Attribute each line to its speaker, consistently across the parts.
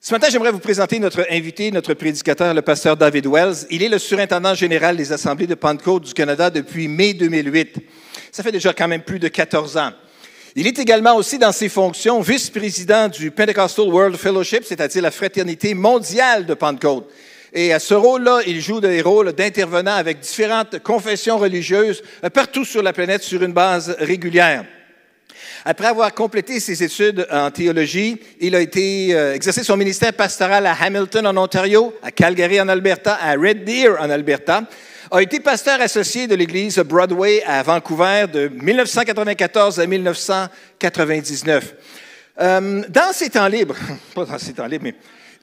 Speaker 1: Ce matin, j'aimerais vous présenter notre invité, notre prédicateur, le pasteur David Wells. Il est le surintendant général des assemblées de Pentecôte du Canada depuis mai 2008. Ça fait déjà quand même plus de 14 ans. Il est également aussi dans ses fonctions vice-président du Pentecostal World Fellowship, c'est-à-dire la fraternité mondiale de Pentecôte. Et à ce rôle-là, il joue des rôles d'intervenant avec différentes confessions religieuses euh, partout sur la planète sur une base régulière. Après avoir complété ses études en théologie, il a été euh, exercé son ministère pastoral à Hamilton en Ontario, à Calgary en Alberta, à Red Deer en Alberta, a été pasteur associé de l'église Broadway à Vancouver de 1994 à 1999. Euh, dans ses temps libres, pas dans ses temps libres, mais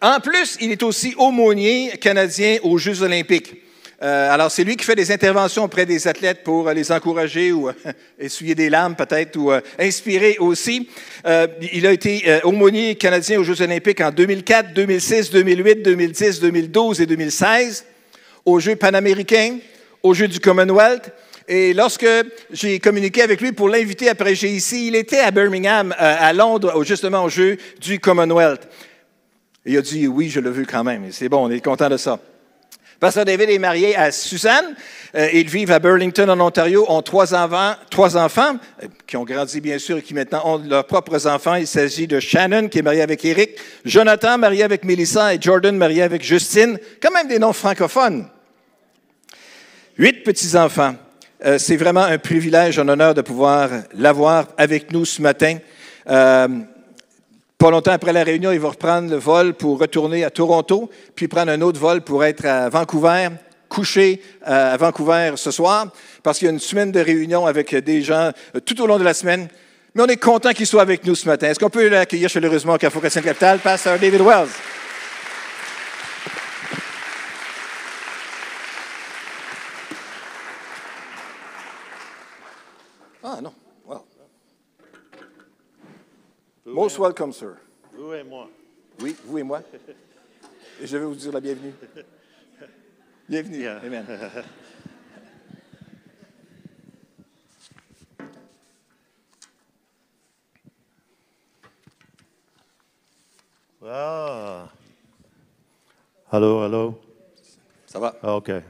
Speaker 1: en plus, il est aussi aumônier canadien aux Jeux olympiques. Euh, alors, c'est lui qui fait des interventions auprès des athlètes pour euh, les encourager ou euh, essuyer des larmes peut-être ou euh, inspirer aussi. Euh, il a été aumônier canadien aux Jeux olympiques en 2004, 2006, 2008, 2010, 2012 et 2016, aux Jeux panaméricains, aux Jeux du Commonwealth. Et lorsque j'ai communiqué avec lui pour l'inviter après j'ai ici, il était à Birmingham, euh, à Londres, justement aux Jeux du Commonwealth. Et il a dit oui, je le veux quand même. Et C'est bon, on est content de ça. Pasteur David est marié à Suzanne. Euh, ils vivent à Burlington, en Ontario, ont trois, enfants, trois enfants euh, qui ont grandi, bien sûr, et qui maintenant ont leurs propres enfants. Il s'agit de Shannon, qui est mariée avec Eric, Jonathan, marié avec Melissa, et Jordan, marié avec Justine. Quand même des noms francophones. Huit petits-enfants. Euh, C'est vraiment un privilège, un honneur de pouvoir l'avoir avec nous ce matin. Euh, pas longtemps après la réunion, il va reprendre le vol pour retourner à Toronto, puis prendre un autre vol pour être à Vancouver, coucher euh, à Vancouver ce soir, parce qu'il y a une semaine de réunion avec des gens euh, tout au long de la semaine. Mais on est content qu'il soit avec nous ce matin. Est-ce qu'on peut l'accueillir chaleureusement au Carrefour Christian Capital, Pasteur David Wells? Ah non. Wow. Most welcome, sir.
Speaker 2: Vous et moi.
Speaker 1: Oui, vous et moi. Et je vais vous dire la bienvenue. Bienvenue.
Speaker 2: Yeah.
Speaker 1: Amen.
Speaker 2: Ah. Hello, hello.
Speaker 1: Ça va.
Speaker 2: OK. Hello,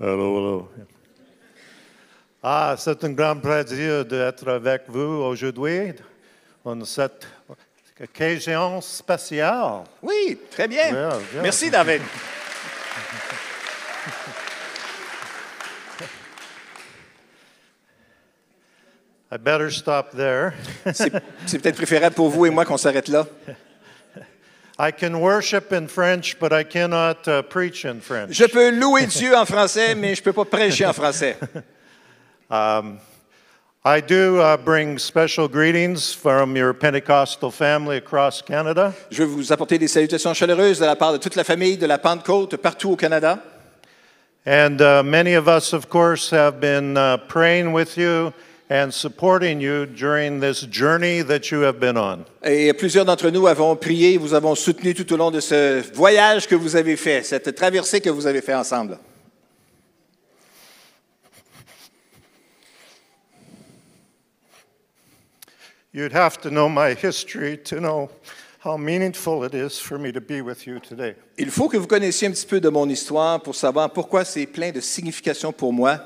Speaker 2: hello. Ah, c'est un grand plaisir d'être avec vous aujourd'hui. On cette occasion spéciale.
Speaker 1: Oui, très bien.
Speaker 2: Yeah, yeah.
Speaker 1: Merci, David.
Speaker 2: I better stop there.
Speaker 1: C'est c'est peut-être préférable pour vous et moi qu'on s'arrête là.
Speaker 2: I can worship in French, but I cannot uh, preach in French.
Speaker 1: Je peux louer Dieu en français, mais je ne peux pas prêcher en français.
Speaker 2: I do uh, bring special greetings from your Pentecostal family across Canada.
Speaker 1: Je vais vous apporter des salutations chaleureuses de la part de toute la famille de la Pentecôte partout au Canada.
Speaker 2: And uh, many of us, of course, have been uh, praying with you and supporting you during this journey that you have been on.
Speaker 1: Et plusieurs d'entre nous avons prié, vous avons soutenu tout au long de ce voyage que vous avez fait, cette traversée que vous avez fait ensemble.
Speaker 2: You'd have to know my history to know how meaningful it is for me to be with you today.
Speaker 1: Il faut que vous connaissiez un petit peu de mon histoire pour savoir pourquoi c'est plein de signification pour moi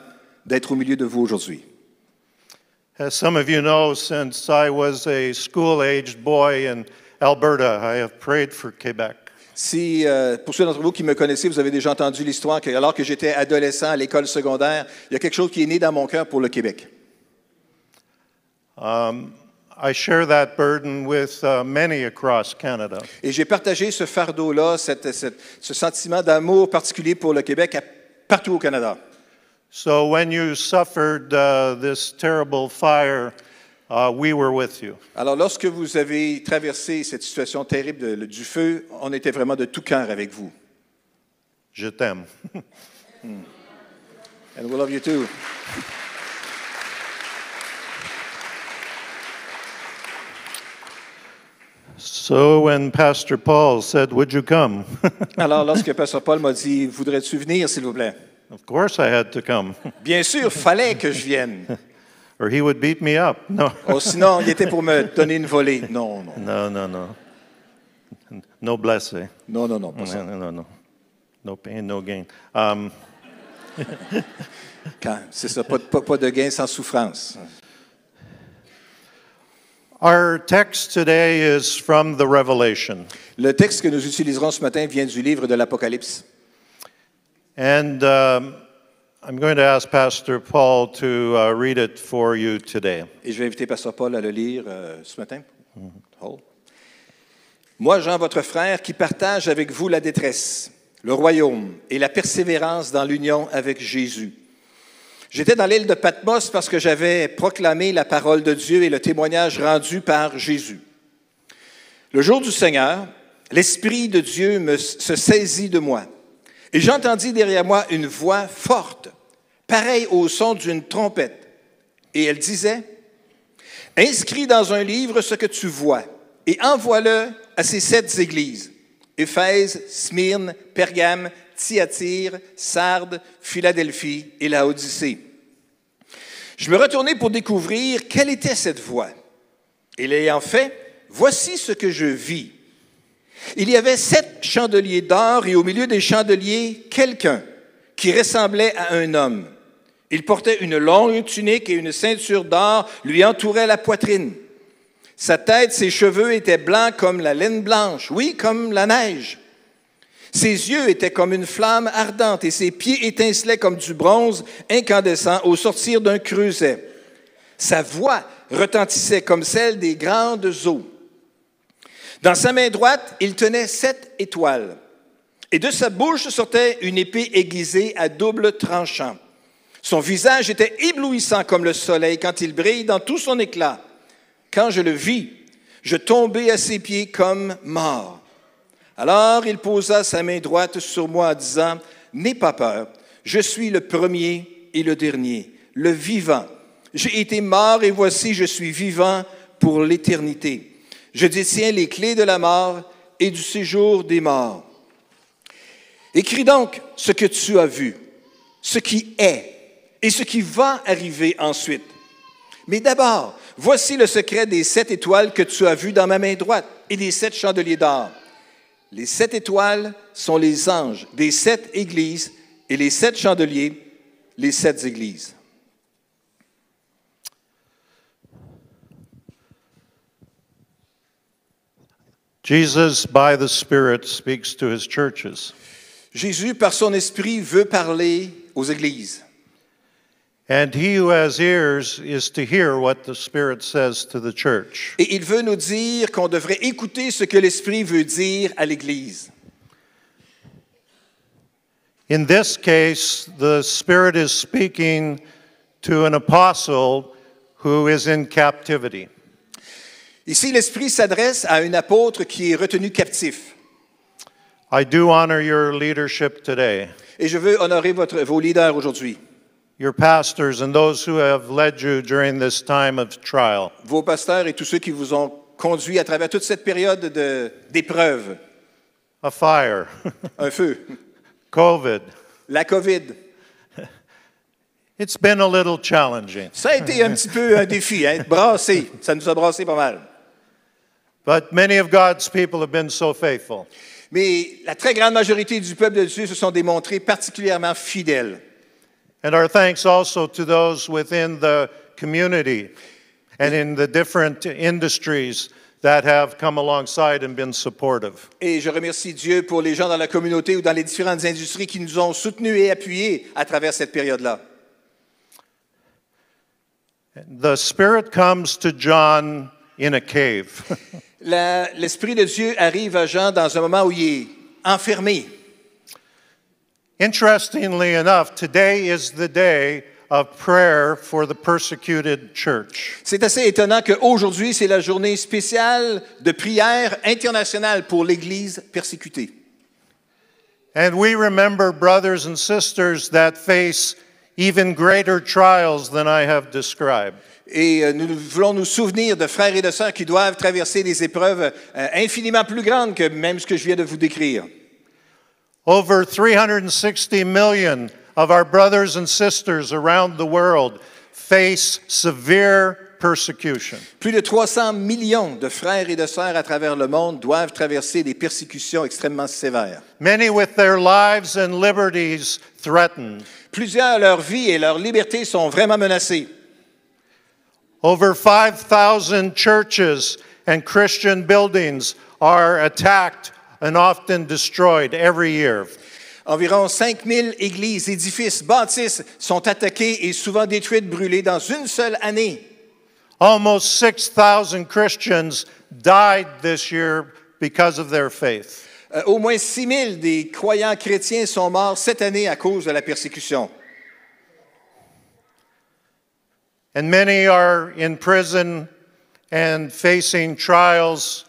Speaker 1: d'être au milieu de vous aujourd'hui.
Speaker 2: As some of you know, since I was a school aged boy in Alberta, I have prayed for Quebec.
Speaker 1: Si, euh, pour ceux d'entre vous qui me connaissez, vous avez déjà entendu l'histoire que, alors que j'étais adolescent à l'école secondaire, il y a quelque chose qui est né dans mon cœur pour le Québec.
Speaker 2: I share that burden with uh, many across Canada.
Speaker 1: Et j'ai partagé ce fardeau-là, cette- cette- ce sentiment d'amour particulier pour le Québec à- partout au Canada.
Speaker 2: So when you suffered uh, this terrible fire, uh, we were with you.
Speaker 1: Alors, lorsque vous avez traversé cette situation terrible de- du feu, on était vraiment de tout cœur avec vous.
Speaker 2: Je t'aime.
Speaker 1: And we love you too.
Speaker 2: So when Pastor Paul said, Would you come?
Speaker 1: Alors, lorsque Pasteur Paul m'a dit Voudrais-tu venir, s'il vous plaît
Speaker 2: of course I had to come,
Speaker 1: Bien sûr, fallait que je vienne.
Speaker 2: or he would beat me up. No,
Speaker 1: Oh, sinon, il était pour me donner une volée. Non, non.
Speaker 2: no, no, no. No blessing.
Speaker 1: Non, non, non, pas ça.
Speaker 2: No, no, no, no. No pain, no gain. Um,
Speaker 1: Quand- C'est ça, pas, de- pas- pas de gain sans souffrance.
Speaker 2: our text today is from the Revelation.
Speaker 1: Le texte que nous utiliserons ce matin vient du livre de l'Apocalypse.
Speaker 2: And um, I'm going to ask Pastor Paul to uh, read it for you today.
Speaker 1: Et je vais inviter Pasteur Paul à le lire euh, ce matin. Paul. Moi, Jean, votre frère, qui partage avec vous la détresse, le royaume et la persévérance dans l'union avec Jésus. J'étais dans l'île de Patmos parce que j'avais proclamé la parole de Dieu et le témoignage rendu par Jésus. Le jour du Seigneur, l'Esprit de Dieu me, se saisit de moi, et j'entendis derrière moi une voix forte, pareille au son d'une trompette, et elle disait, Inscris dans un livre ce que tu vois, et envoie-le à ces sept églises, Éphèse, Smyrne, Pergame, Thyatire, Sardes, Philadelphie et Laodicée. Je me retournai pour découvrir quelle était cette voie. Et l'ayant fait, voici ce que je vis. Il y avait sept chandeliers d'or et au milieu des chandeliers, quelqu'un qui ressemblait à un homme. Il portait une longue tunique et une ceinture d'or lui entourait la poitrine. Sa tête, ses cheveux étaient blancs comme la laine blanche, oui, comme la neige. Ses yeux étaient comme une flamme ardente et ses pieds étincelaient comme du bronze incandescent au sortir d'un creuset. Sa voix retentissait comme celle des grandes eaux. Dans sa main droite, il tenait sept étoiles. Et de sa bouche sortait une épée aiguisée à double tranchant. Son visage était éblouissant comme le soleil quand il brille dans tout son éclat. Quand je le vis, je tombai à ses pieds comme mort. Alors il posa sa main droite sur moi en disant, N'aie pas peur, je suis le premier et le dernier, le vivant. J'ai été mort et voici, je suis vivant pour l'éternité. Je détiens les clés de la mort et du séjour des morts. Écris donc ce que tu as vu, ce qui est et ce qui va arriver ensuite. Mais d'abord, voici le secret des sept étoiles que tu as vues dans ma main droite et des sept chandeliers d'or. Les sept étoiles sont les anges des sept églises et les sept chandeliers, les sept églises.
Speaker 2: Jesus, by the Spirit, speaks to his churches.
Speaker 1: Jésus, par son esprit, veut parler aux églises.
Speaker 2: And he who has ears is to hear what the Spirit says to the church.
Speaker 1: Et il veut nous dire qu'on devrait écouter ce que l'esprit veut dire à l'église.
Speaker 2: In this case, the Spirit is speaking to an apostle who is in captivity.
Speaker 1: Ici, l'esprit s'adresse à un apôtre qui est retenu captif.
Speaker 2: I do honor your leadership today,
Speaker 1: Et je veux honorer votre- vos leaders aujourd'hui,
Speaker 2: your pastors, and those who have led you during this time of trial.
Speaker 1: vos pasteurs et tous ceux qui vous ont conduit à travers toute cette période de- d'épreuve,
Speaker 2: A fire,
Speaker 1: un feu,
Speaker 2: COVID.
Speaker 1: la COVID.
Speaker 2: It's been a little challenging,
Speaker 1: Ça a été un petit peu un défi, hein, brassé. Ça nous a brassé pas mal.
Speaker 2: but many of God's people have been so faithful.
Speaker 1: Mais la très grande majorité du peuple de Dieu se sont démontrés particulièrement fidèles.
Speaker 2: And our thanks also to those within the community and in the different industries that have come alongside and been supportive.
Speaker 1: Et je remercie Dieu pour les gens dans la communauté ou dans les différentes industries qui nous ont soutenus et appuyés à travers cette période-là.
Speaker 2: The Spirit comes to John in a cave,
Speaker 1: La- L'Esprit de Dieu arrive à Jean dans un moment où il est enfermé.
Speaker 2: Interestingly enough, today is the day of prayer for the persecuted church.
Speaker 1: C'est assez étonnant qu'aujourd'hui, c'est la journée spéciale de prière internationale pour l'Église persécutée.
Speaker 2: And we remember brothers and sisters that face even greater trials than I have described.
Speaker 1: Et euh, nous voulons nous souvenir de frères et de sœurs qui doivent traverser des épreuves euh, infiniment plus grandes que même ce que je viens de vous décrire.
Speaker 2: Over 360 million of our brothers and sisters around the world face severe persecution.
Speaker 1: Plus de 300 millions de frères et de sœurs à travers le monde doivent traverser des persécutions extrêmement sévères.
Speaker 2: Many with their lives and liberties threatened.
Speaker 1: Plusieurs, leur vie et leur liberté sont vraiment menacées.
Speaker 2: Over 5,000 churches and Christian buildings are attacked and often destroyed every year.
Speaker 1: Environ 5000 églises, édifices, bâtisses sont attaquées et souvent détruites, brûlées dans une seule année.
Speaker 2: Almost 6,000 Christians died this year because of their faith.
Speaker 1: Euh, au moins 6000 des croyants chrétiens sont morts cette année à cause de la persécution.
Speaker 2: And many are in prison and facing trials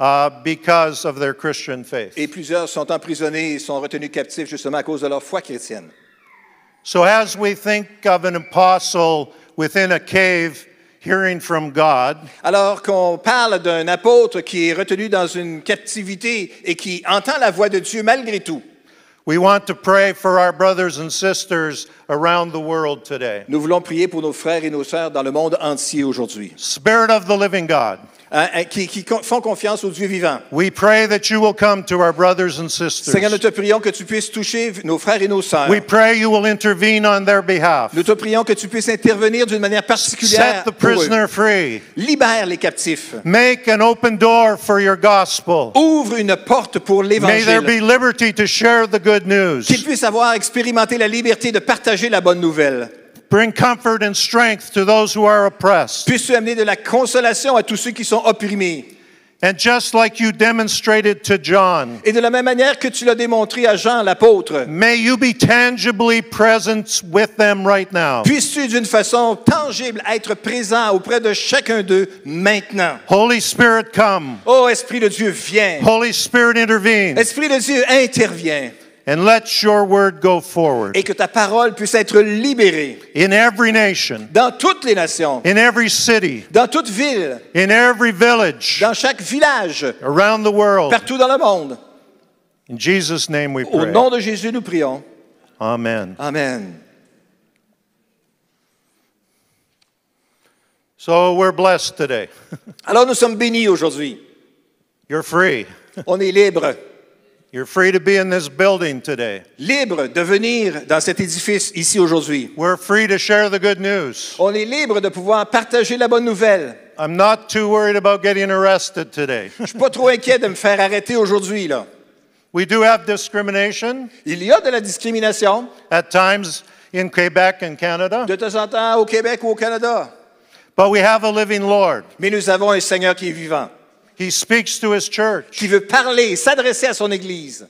Speaker 2: uh, because of their Christian faith.
Speaker 1: Et plusieurs sont emprisonnés et sont retenus captifs justement à cause de leur foi chrétienne.
Speaker 2: So, as we think of an apostle within a cave hearing from God,
Speaker 1: Alors qu'on parle d'un apôtre qui est retenu dans une captivité et qui entend la voix de Dieu malgré tout,
Speaker 2: we want to pray for our brothers and sisters around the world today.
Speaker 1: nous voulons prier pour nos frères et nos sœurs dans le monde entier aujourd'hui,
Speaker 2: Spirit of the living God,
Speaker 1: hein, hein, qui, qui con- font confiance au Dieu vivant.
Speaker 2: we pray that you will come to our brothers and
Speaker 1: Seigneur, nous
Speaker 2: sisters.
Speaker 1: te prions que tu puisses toucher nos frères et nos sœurs.
Speaker 2: We pray you will intervene on their behalf.
Speaker 1: Nous te prions que tu puisses intervenir d'une manière particulière
Speaker 2: Set the
Speaker 1: pour eux.
Speaker 2: prisoner free.
Speaker 1: Libère les captifs.
Speaker 2: Make an open door for your gospel.
Speaker 1: Ouvre une porte pour
Speaker 2: May there
Speaker 1: l'Évangile.
Speaker 2: be liberty to share the good
Speaker 1: Qu'ils
Speaker 2: news.
Speaker 1: puissent avoir expérimenté la liberté de partager la bonne nouvelle.
Speaker 2: Bring comfort and strength to those who are oppressed.
Speaker 1: Puisse amener de la consolation à tous ceux qui sont opprimés.
Speaker 2: And just like you demonstrated to John,
Speaker 1: Et de la même manière que tu l'as démontré à Jean l'apôtre,
Speaker 2: may you be tangibly present with them right now.
Speaker 1: puisses-tu d'une façon tangible être présent auprès de chacun d'eux maintenant.
Speaker 2: Holy Spirit, come.
Speaker 1: Ô Esprit de Dieu, viens.
Speaker 2: Holy Spirit, intervene.
Speaker 1: Esprit de Dieu, interviens.
Speaker 2: And let your word go forward
Speaker 1: Et que ta parole puisse être libérée
Speaker 2: in every nation,
Speaker 1: dans toutes les nations,
Speaker 2: in every city,
Speaker 1: dans toute ville,
Speaker 2: in every village
Speaker 1: dans chaque village,
Speaker 2: around the world.
Speaker 1: partout dans le monde.
Speaker 2: In Jesus' name we
Speaker 1: Au
Speaker 2: pray.
Speaker 1: nom de Jésus, nous prions.
Speaker 2: Amen.
Speaker 1: Amen.
Speaker 2: So we're blessed today.
Speaker 1: Alors nous sommes bénis aujourd'hui.
Speaker 2: You're free.
Speaker 1: On est libre.
Speaker 2: You're free to be in this building today.
Speaker 1: Libre de venir dans cet édifice ici aujourd'hui.
Speaker 2: We're free to share the good news.
Speaker 1: On est libre de pouvoir partager la bonne nouvelle.
Speaker 2: I'm not too worried about getting arrested today.
Speaker 1: Je suis pas trop inquiet de me faire arrêter aujourd'hui. là.
Speaker 2: we do have discrimination
Speaker 1: Il y a de la discrimination
Speaker 2: at times in Quebec and Canada,
Speaker 1: de temps en temps au Québec ou au Canada.
Speaker 2: but we have a living Lord.
Speaker 1: Mais nous avons un Seigneur qui est vivant,
Speaker 2: He speaks to his church.
Speaker 1: qui veut parler, s'adresser à son Église.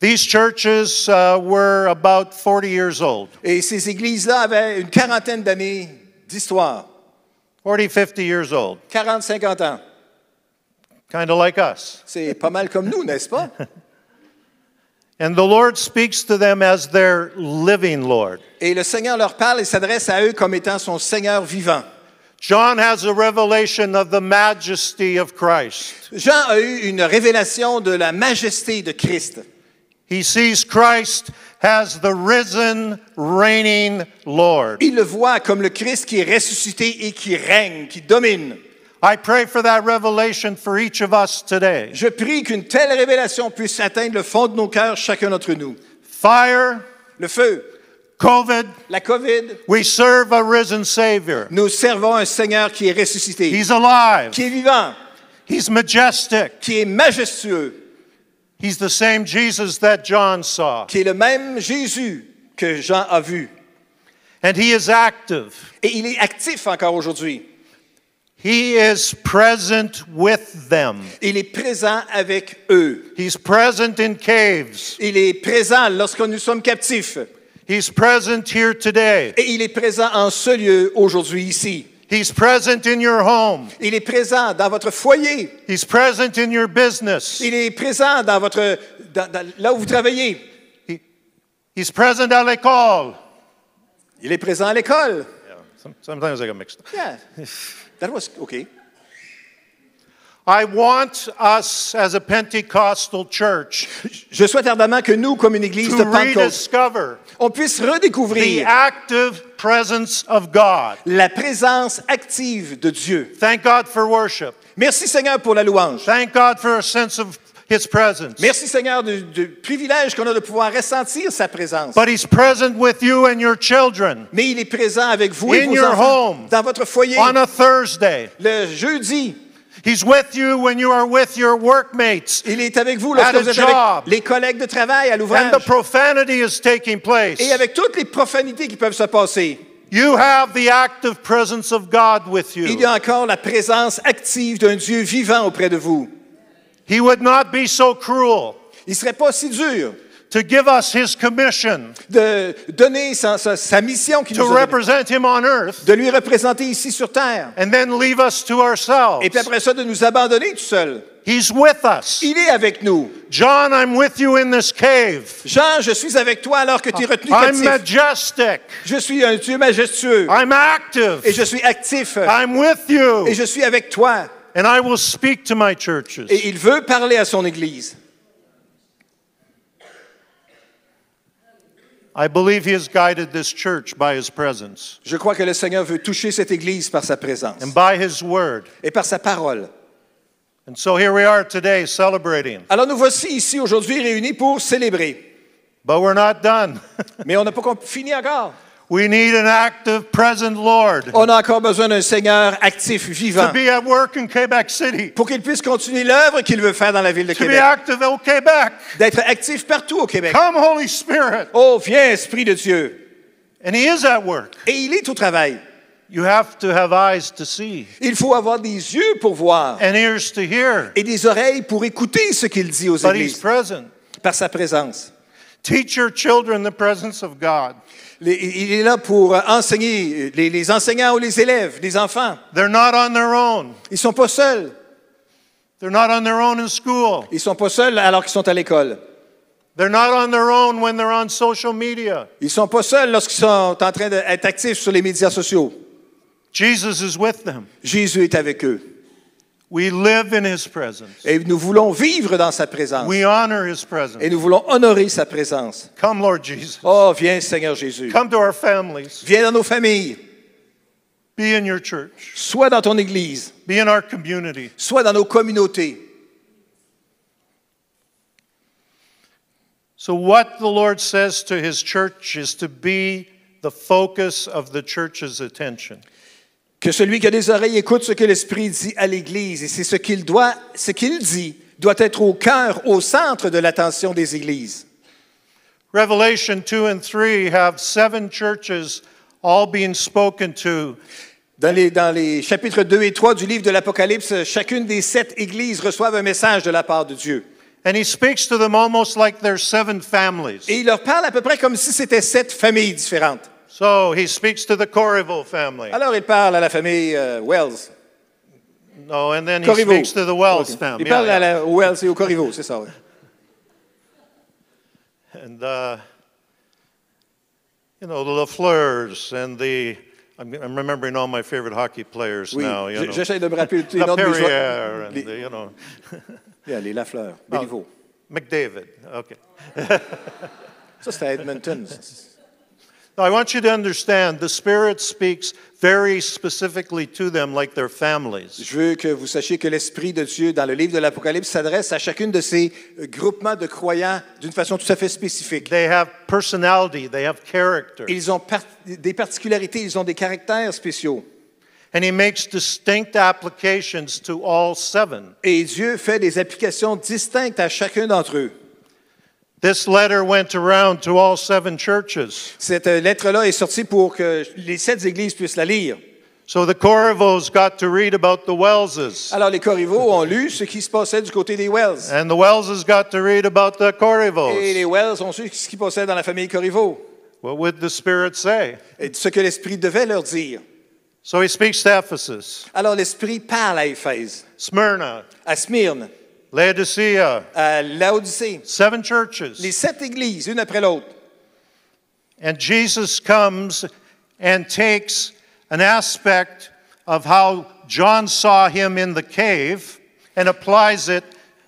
Speaker 2: These churches uh, were about 40 years old,
Speaker 1: Et ces églises-là avaient une quarantaine d'années d'histoire,
Speaker 2: 40, 50 years old,
Speaker 1: 40, 50 ans.
Speaker 2: kind of like us.
Speaker 1: C'est pas mal comme nous, n'est-ce pas?
Speaker 2: And the Lord speaks to them as their living Lord.
Speaker 1: Et le Seigneur leur parle et s'adresse à eux comme étant son Seigneur vivant.
Speaker 2: John has a revelation of the majesty of Christ.
Speaker 1: Jean a eu une révélation de la majesté de Christ.
Speaker 2: He sees Christ as the risen, reigning Lord.
Speaker 1: Il le voit comme le Christ qui est ressuscité et qui règne, qui domine.
Speaker 2: I pray for that revelation for each of us today.
Speaker 1: Je prie qu'une telle révélation puisse atteindre le fond de nos cœurs, chacun d'entre nous.
Speaker 2: Fire,
Speaker 1: Le feu,
Speaker 2: COVID,
Speaker 1: la COVID,
Speaker 2: we serve a risen Savior.
Speaker 1: nous servons un Seigneur qui est ressuscité,
Speaker 2: He's alive,
Speaker 1: qui est vivant,
Speaker 2: He's majestic.
Speaker 1: qui est majestueux,
Speaker 2: He's the same Jesus that John saw,
Speaker 1: qui est le même Jésus que Jean a vu.
Speaker 2: and He is active.
Speaker 1: Et il est actif encore aujourd'hui.
Speaker 2: He is present with them.
Speaker 1: Il est présent avec eux.
Speaker 2: He's present in caves.
Speaker 1: Il est présent lorsque nous sommes captifs.
Speaker 2: He's present here today.
Speaker 1: Et il est présent en ce lieu aujourd'hui ici.
Speaker 2: He's present in your home.
Speaker 1: Il est présent dans votre foyer.
Speaker 2: He's present in your business.
Speaker 1: Il est présent dans votre, dans- dans- là où vous travaillez.
Speaker 2: He- he's present à l'école.
Speaker 1: Il est présent à l'école.
Speaker 2: Yeah, some- sometimes I get mixed up.
Speaker 1: Yeah. That was okay.
Speaker 2: I want us as a Pentecostal church
Speaker 1: Je souhaite ardemment que nous, comme une église de
Speaker 2: to
Speaker 1: Pentecôte,
Speaker 2: rediscover
Speaker 1: on puisse
Speaker 2: the
Speaker 1: redécouvrir
Speaker 2: active presence of God.
Speaker 1: la présence active de Dieu.
Speaker 2: Thank God for worship.
Speaker 1: Merci Seigneur pour la louange.
Speaker 2: Thank God for a sense of His presence.
Speaker 1: Merci Seigneur du, du privilège qu'on a de pouvoir ressentir sa présence.
Speaker 2: But He's present with you and your children
Speaker 1: Mais il est présent avec vous et
Speaker 2: In
Speaker 1: vos
Speaker 2: your
Speaker 1: enfants,
Speaker 2: home.
Speaker 1: dans votre foyer,
Speaker 2: on a Thursday.
Speaker 1: le jeudi.
Speaker 2: He's with you when you are with your workmates
Speaker 1: Il est avec vous
Speaker 2: At
Speaker 1: lorsque
Speaker 2: a
Speaker 1: vous êtes avec
Speaker 2: job.
Speaker 1: les collègues de travail à l'ouvrage
Speaker 2: and the profanity is taking place.
Speaker 1: et avec toutes les profanités qui peuvent se passer.
Speaker 2: You have the active presence of God with
Speaker 1: Il y
Speaker 2: you.
Speaker 1: a encore la présence active d'un Dieu vivant auprès de vous.
Speaker 2: He would not be so cruel
Speaker 1: Il ne serait pas si dur
Speaker 2: to give us His commission
Speaker 1: de donner sa, sa- sa mission qui
Speaker 2: to
Speaker 1: nous a donnée,
Speaker 2: represent Him on earth
Speaker 1: de lui représenter ici sur terre,
Speaker 2: and then leave us to ourselves.
Speaker 1: et puis après ça de nous abandonner tout seul.
Speaker 2: He's with us.
Speaker 1: Il est avec nous.
Speaker 2: John, I'm with you in this cave.
Speaker 1: Jean, je suis avec toi alors que tu es retenu
Speaker 2: Ah, I'm Ah.
Speaker 1: captif.
Speaker 2: majestic.
Speaker 1: Je suis un Dieu majestueux
Speaker 2: I'm
Speaker 1: et
Speaker 2: active.
Speaker 1: je suis actif
Speaker 2: I'm with you.
Speaker 1: et je suis avec toi.
Speaker 2: And I will speak to my churches.
Speaker 1: Et il veut parler à son Église.
Speaker 2: I believe he has guided this church by his presence
Speaker 1: Je crois que le Seigneur veut toucher cette Église par sa présence
Speaker 2: and by his word.
Speaker 1: et par sa parole.
Speaker 2: And so here we are today celebrating.
Speaker 1: Alors nous voici ici aujourd'hui réunis pour célébrer.
Speaker 2: But we're not done.
Speaker 1: Mais on n'a pas comp- fini encore.
Speaker 2: we need an active, present Lord
Speaker 1: On a encore besoin d'un Seigneur actif,
Speaker 2: to
Speaker 1: vivant,
Speaker 2: be at work in Quebec City,
Speaker 1: pour qu'il puisse continuer l'œuvre qu'il veut faire dans la ville de
Speaker 2: to be
Speaker 1: Québec,
Speaker 2: active in Quebec.
Speaker 1: d'être actif partout au Québec.
Speaker 2: Come, Holy Spirit.
Speaker 1: Oh, viens, Esprit de Dieu.
Speaker 2: And he is at work.
Speaker 1: Et il est au travail.
Speaker 2: You have to have eyes to see
Speaker 1: Il faut avoir des yeux pour voir
Speaker 2: and ears to hear.
Speaker 1: et des oreilles pour écouter ce qu'il dit aux
Speaker 2: But he's
Speaker 1: églises
Speaker 2: present.
Speaker 1: par sa présence.
Speaker 2: Teach your children the presence of God.
Speaker 1: Les- Il est là pour euh, enseigner les, les enseignants ou les élèves, les enfants.
Speaker 2: They're not on their own.
Speaker 1: Ils sont pas seuls.
Speaker 2: They're not on their own in school.
Speaker 1: Ils sont pas seuls alors qu'ils sont à l'école.
Speaker 2: They're not on their own when they're on social media.
Speaker 1: Ils sont pas seuls lorsqu'ils sont en train d'être actifs sur les médias sociaux.
Speaker 2: Jesus is with them.
Speaker 1: Jésus est avec eux.
Speaker 2: We live in his presence.
Speaker 1: Et nous voulons vivre dans sa présence.
Speaker 2: We honor his
Speaker 1: Et
Speaker 2: presence.
Speaker 1: nous voulons honorer sa présence.
Speaker 2: Come, Lord Jesus.
Speaker 1: Oh, viens Seigneur Jésus.
Speaker 2: Come to our families.
Speaker 1: Viens dans nos familles.
Speaker 2: Be in your church.
Speaker 1: Soit dans ton église,
Speaker 2: Be in our community.
Speaker 1: soit dans nos communautés.
Speaker 2: So, what the Lord says to his church is to be the focus of the church's attention.
Speaker 1: Que celui qui a des oreilles écoute ce que l'Esprit dit à l'église. Et c'est ce qu'il doit, ce qu'il dit doit être au cœur, au centre de l'attention des églises.
Speaker 2: Revelation 2 and 3 have seven churches all being spoken to
Speaker 1: Dans les, dans les chapitres 2 et 3 du livre de l'Apocalypse, chacune des sept églises reçoivent un message de la part de Dieu.
Speaker 2: And he speaks to them almost like they're seven families.
Speaker 1: Et il leur parle à peu près comme si c'était sept familles différentes.
Speaker 2: So he speaks to the Corriveau family.
Speaker 1: Alors il parle à la famille euh, Wells.
Speaker 2: No, and then he
Speaker 1: Corriveau.
Speaker 2: speaks to the Wells
Speaker 1: Ok.
Speaker 2: family.
Speaker 1: Il parle
Speaker 2: Yeah,
Speaker 1: à la, aux Wells et au Corriveau, c'est ça. oui.
Speaker 2: yeah. And, uh, you know, the Lafleurs and the, I'm, I'm remembering all my favorite hockey players
Speaker 1: Oui.
Speaker 2: now, you
Speaker 1: J-
Speaker 2: know.
Speaker 1: J'essaie de me rappeler tous les noms de mes
Speaker 2: LaPerriere
Speaker 1: joueurs.
Speaker 2: and, Ah.
Speaker 1: Les,
Speaker 2: the, you know,
Speaker 1: yeah, les Lafleur, Béliveau.
Speaker 2: McDavid. Okay.
Speaker 1: Ça, c'était à Edmonton.
Speaker 2: Now, I want you to understand the Spirit speaks very specifically to them like they're families.
Speaker 1: Je veux que vous sachiez que l'Esprit de Dieu, dans le livre de l'Apocalypse, s'adresse à chacune de ces euh, groupements de croyants d'une façon tout à fait spécifique.
Speaker 2: They have personality, they have character.
Speaker 1: Ils ont par- des particularités, ils ont des caractères spéciaux.
Speaker 2: And he makes distinct applications to all seven.
Speaker 1: Et Dieu fait des applications distinctes à chacun d'entre eux.
Speaker 2: This letter went around to all seven churches.
Speaker 1: Cette euh, lettre-là est sortie pour que les sept églises puissent la lire.
Speaker 2: So the Corvos got to read about the Welleses,
Speaker 1: Alors les Corrivaux ont lu ce qui se passait du côté des Wells.
Speaker 2: and the Welleses got to read about the
Speaker 1: Et les
Speaker 2: Corvos.
Speaker 1: Wells ont su ce qui passait dans la famille Corrivaux
Speaker 2: What would the Spirit say?
Speaker 1: et ce que l'Esprit devait leur dire.
Speaker 2: So he speaks to Ephesus,
Speaker 1: Alors l'Esprit parle à Éphèse,
Speaker 2: Smyrna,
Speaker 1: à Smyrne,
Speaker 2: Laodicea,
Speaker 1: à Laodicée,
Speaker 2: seven
Speaker 1: les
Speaker 2: churches.
Speaker 1: sept églises, une après l'autre.
Speaker 2: And Jesus comes and takes an aspect of how John saw him in the cave and applies it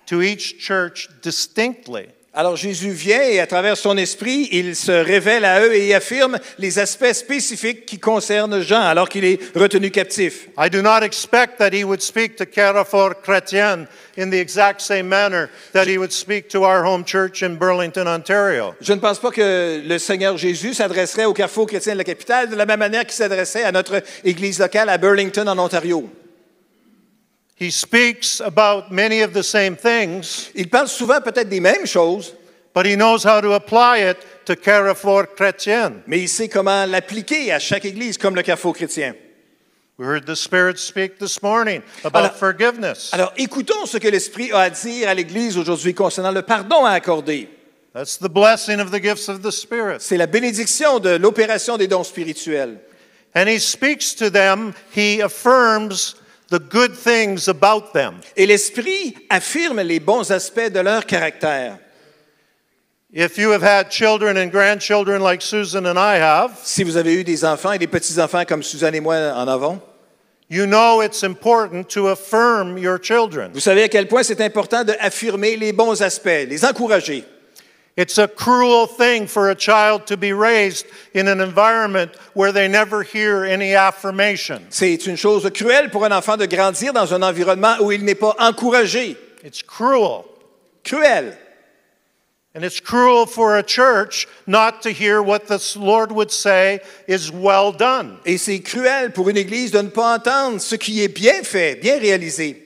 Speaker 2: to each church distinctly.
Speaker 1: Alors Jésus vient et à travers son esprit, il se révèle à eux et y affirme les aspects spécifiques qui concernent Jean alors qu'il est retenu captif.
Speaker 2: I do not expect that he would speak to Carrefour Chrétien in the exact same manner that he would speak to our home church in Burlington, Ontario.
Speaker 1: Je ne pense pas que le Seigneur Jésus s'adresserait au carrefour chrétien de la capitale de la même manière qu'il s'adressait à notre église locale à Burlington en Ontario.
Speaker 2: He speaks about many of the same things,
Speaker 1: Il parle souvent peut-être des mêmes choses,
Speaker 2: but he knows how to apply it to Carrefour Chrétien.
Speaker 1: mais il sait comment l'appliquer à chaque église comme le carrefour chrétien.
Speaker 2: We heard the Spirit speak this morning about
Speaker 1: Alors-
Speaker 2: forgiveness.
Speaker 1: Alors écoutons ce que l'Esprit a à dire à l'église aujourd'hui concernant le pardon à accorder.
Speaker 2: That's the blessing of the gifts of the Spirit.
Speaker 1: C'est la bénédiction de l'opération des dons spirituels.
Speaker 2: And he speaks to them, he affirms the good things about them.
Speaker 1: Et l'Esprit affirme les bons aspects de leur caractère.
Speaker 2: If you have had children and grandchildren like Susan and I have,
Speaker 1: Si vous avez eu des enfants et des petits-enfants comme Suzanne et moi en avons,
Speaker 2: you know it's important to affirm your children.
Speaker 1: vous savez à quel point c'est important d'affirmer les bons aspects, les encourager.
Speaker 2: It's a cruel thing for a child to be raised in an environment where they never hear any affirmation.
Speaker 1: C'est une chose cruelle pour un enfant de grandir dans un environnement où il n'est pas encouragé.
Speaker 2: It's cruel.
Speaker 1: Cruel.
Speaker 2: And it's cruel for a church not to hear what the Lord would say is well done.
Speaker 1: Et c'est cruel pour une Église de ne pas entendre ce qui est bien fait, bien réalisé.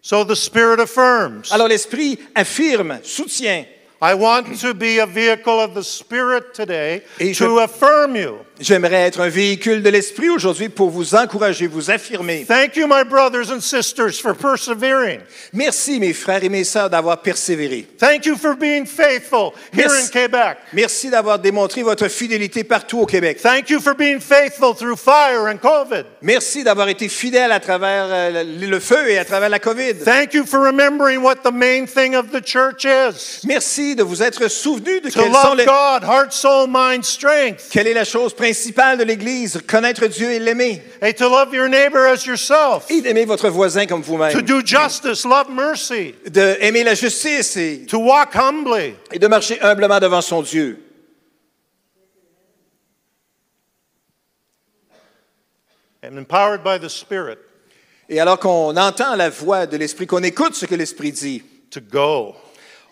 Speaker 2: So the Spirit affirms.
Speaker 1: Alors l'Esprit affirme, soutient.
Speaker 2: I want to be a vehicle of the Spirit today
Speaker 1: Et je-
Speaker 2: to affirm you.
Speaker 1: J'aimerais être un véhicule de l'Esprit aujourd'hui pour vous encourager, vous affirmer.
Speaker 2: Thank you, my brothers and sisters, for persevering.
Speaker 1: Merci mes frères et mes sœurs d'avoir persévéré.
Speaker 2: Thank you for being faithful here
Speaker 1: Yes.
Speaker 2: in Quebec.
Speaker 1: Merci d'avoir démontré votre fidélité partout au Québec.
Speaker 2: Thank you for being faithful through fire and COVID.
Speaker 1: Merci d'avoir été fidèle à travers euh, le le feu et à travers la COVID.
Speaker 2: Thank you for remembering what the main thing of the church is
Speaker 1: Merci de vous être souvenu de
Speaker 2: to
Speaker 1: quelles sont
Speaker 2: love
Speaker 1: les-
Speaker 2: God, heart, soul, mind, strength,
Speaker 1: quelle est la chose principale de l'Église, connaître Dieu et l'aimer,
Speaker 2: and to love your neighbor as yourself,
Speaker 1: et d'aimer votre voisin comme
Speaker 2: to
Speaker 1: vous-même,
Speaker 2: do justice, love mercy,
Speaker 1: d'aimer la justice et,
Speaker 2: to walk humbly.
Speaker 1: et de marcher humblement devant son Dieu.
Speaker 2: And empowered by the Spirit
Speaker 1: Et alors qu'on entend la voix de l'Esprit, qu'on écoute ce que l'Esprit dit,
Speaker 2: to go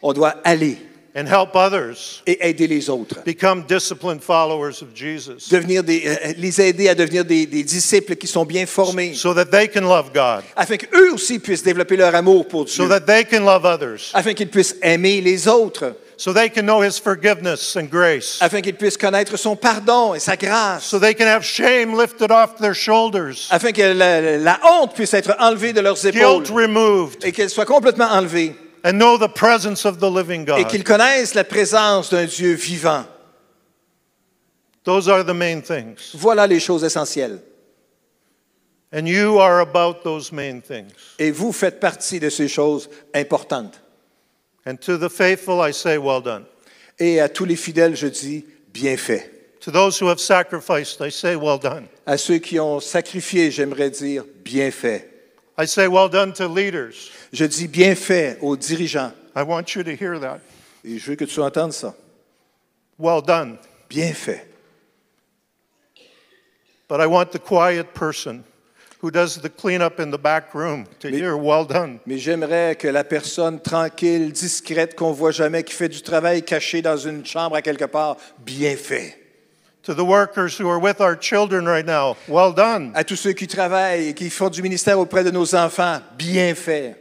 Speaker 1: on doit aller
Speaker 2: and help others
Speaker 1: et aider les autres,
Speaker 2: become disciplined followers of Jesus
Speaker 1: devenir des- euh, les aider à devenir des, des disciples qui sont bien formés,
Speaker 2: so that they can love God,
Speaker 1: afin qu'eux aussi puissent développer leur amour pour Dieu,
Speaker 2: so that they can love others,
Speaker 1: afin qu'ils puissent aimer les autres,
Speaker 2: so they can know His forgiveness and grace.
Speaker 1: afin qu'ils puissent connaître son pardon et sa grâce.
Speaker 2: so they can have shame lifted off their shoulders,
Speaker 1: afin que la, la honte puisse être enlevée de leurs épaules
Speaker 2: guilt removed,
Speaker 1: et qu'elle soit complètement enlevée
Speaker 2: and know the presence of the living
Speaker 1: et
Speaker 2: God.
Speaker 1: qu'ils connaissent la présence d'un Dieu vivant.
Speaker 2: Those are the main things.
Speaker 1: Voilà les choses essentielles.
Speaker 2: And you are about those main things.
Speaker 1: Et vous faites partie de ces choses importantes.
Speaker 2: And to the faithful, I say, well done.
Speaker 1: Et à tous les fidèles, je dis, bien fait.
Speaker 2: To those who have sacrificed, I say, well done.
Speaker 1: À ceux qui ont sacrifié, j'aimerais dire, bien fait.
Speaker 2: I say, well done to leaders.
Speaker 1: Je dis bien fait aux dirigeants.
Speaker 2: I want you to hear that.
Speaker 1: Et je veux que tu entendes ça.
Speaker 2: Well done.
Speaker 1: Bien fait.
Speaker 2: But I want the quiet person who does the cleanup in the back room to hear, well done.
Speaker 1: Mais j'aimerais que la personne tranquille, discrète, qu'on voit jamais, qui fait du travail caché dans une chambre à quelque part, bien fait.
Speaker 2: To the workers who are with our children right now, well done.
Speaker 1: à tous ceux qui travaillent et qui font du ministère auprès de nos enfants, bien fait.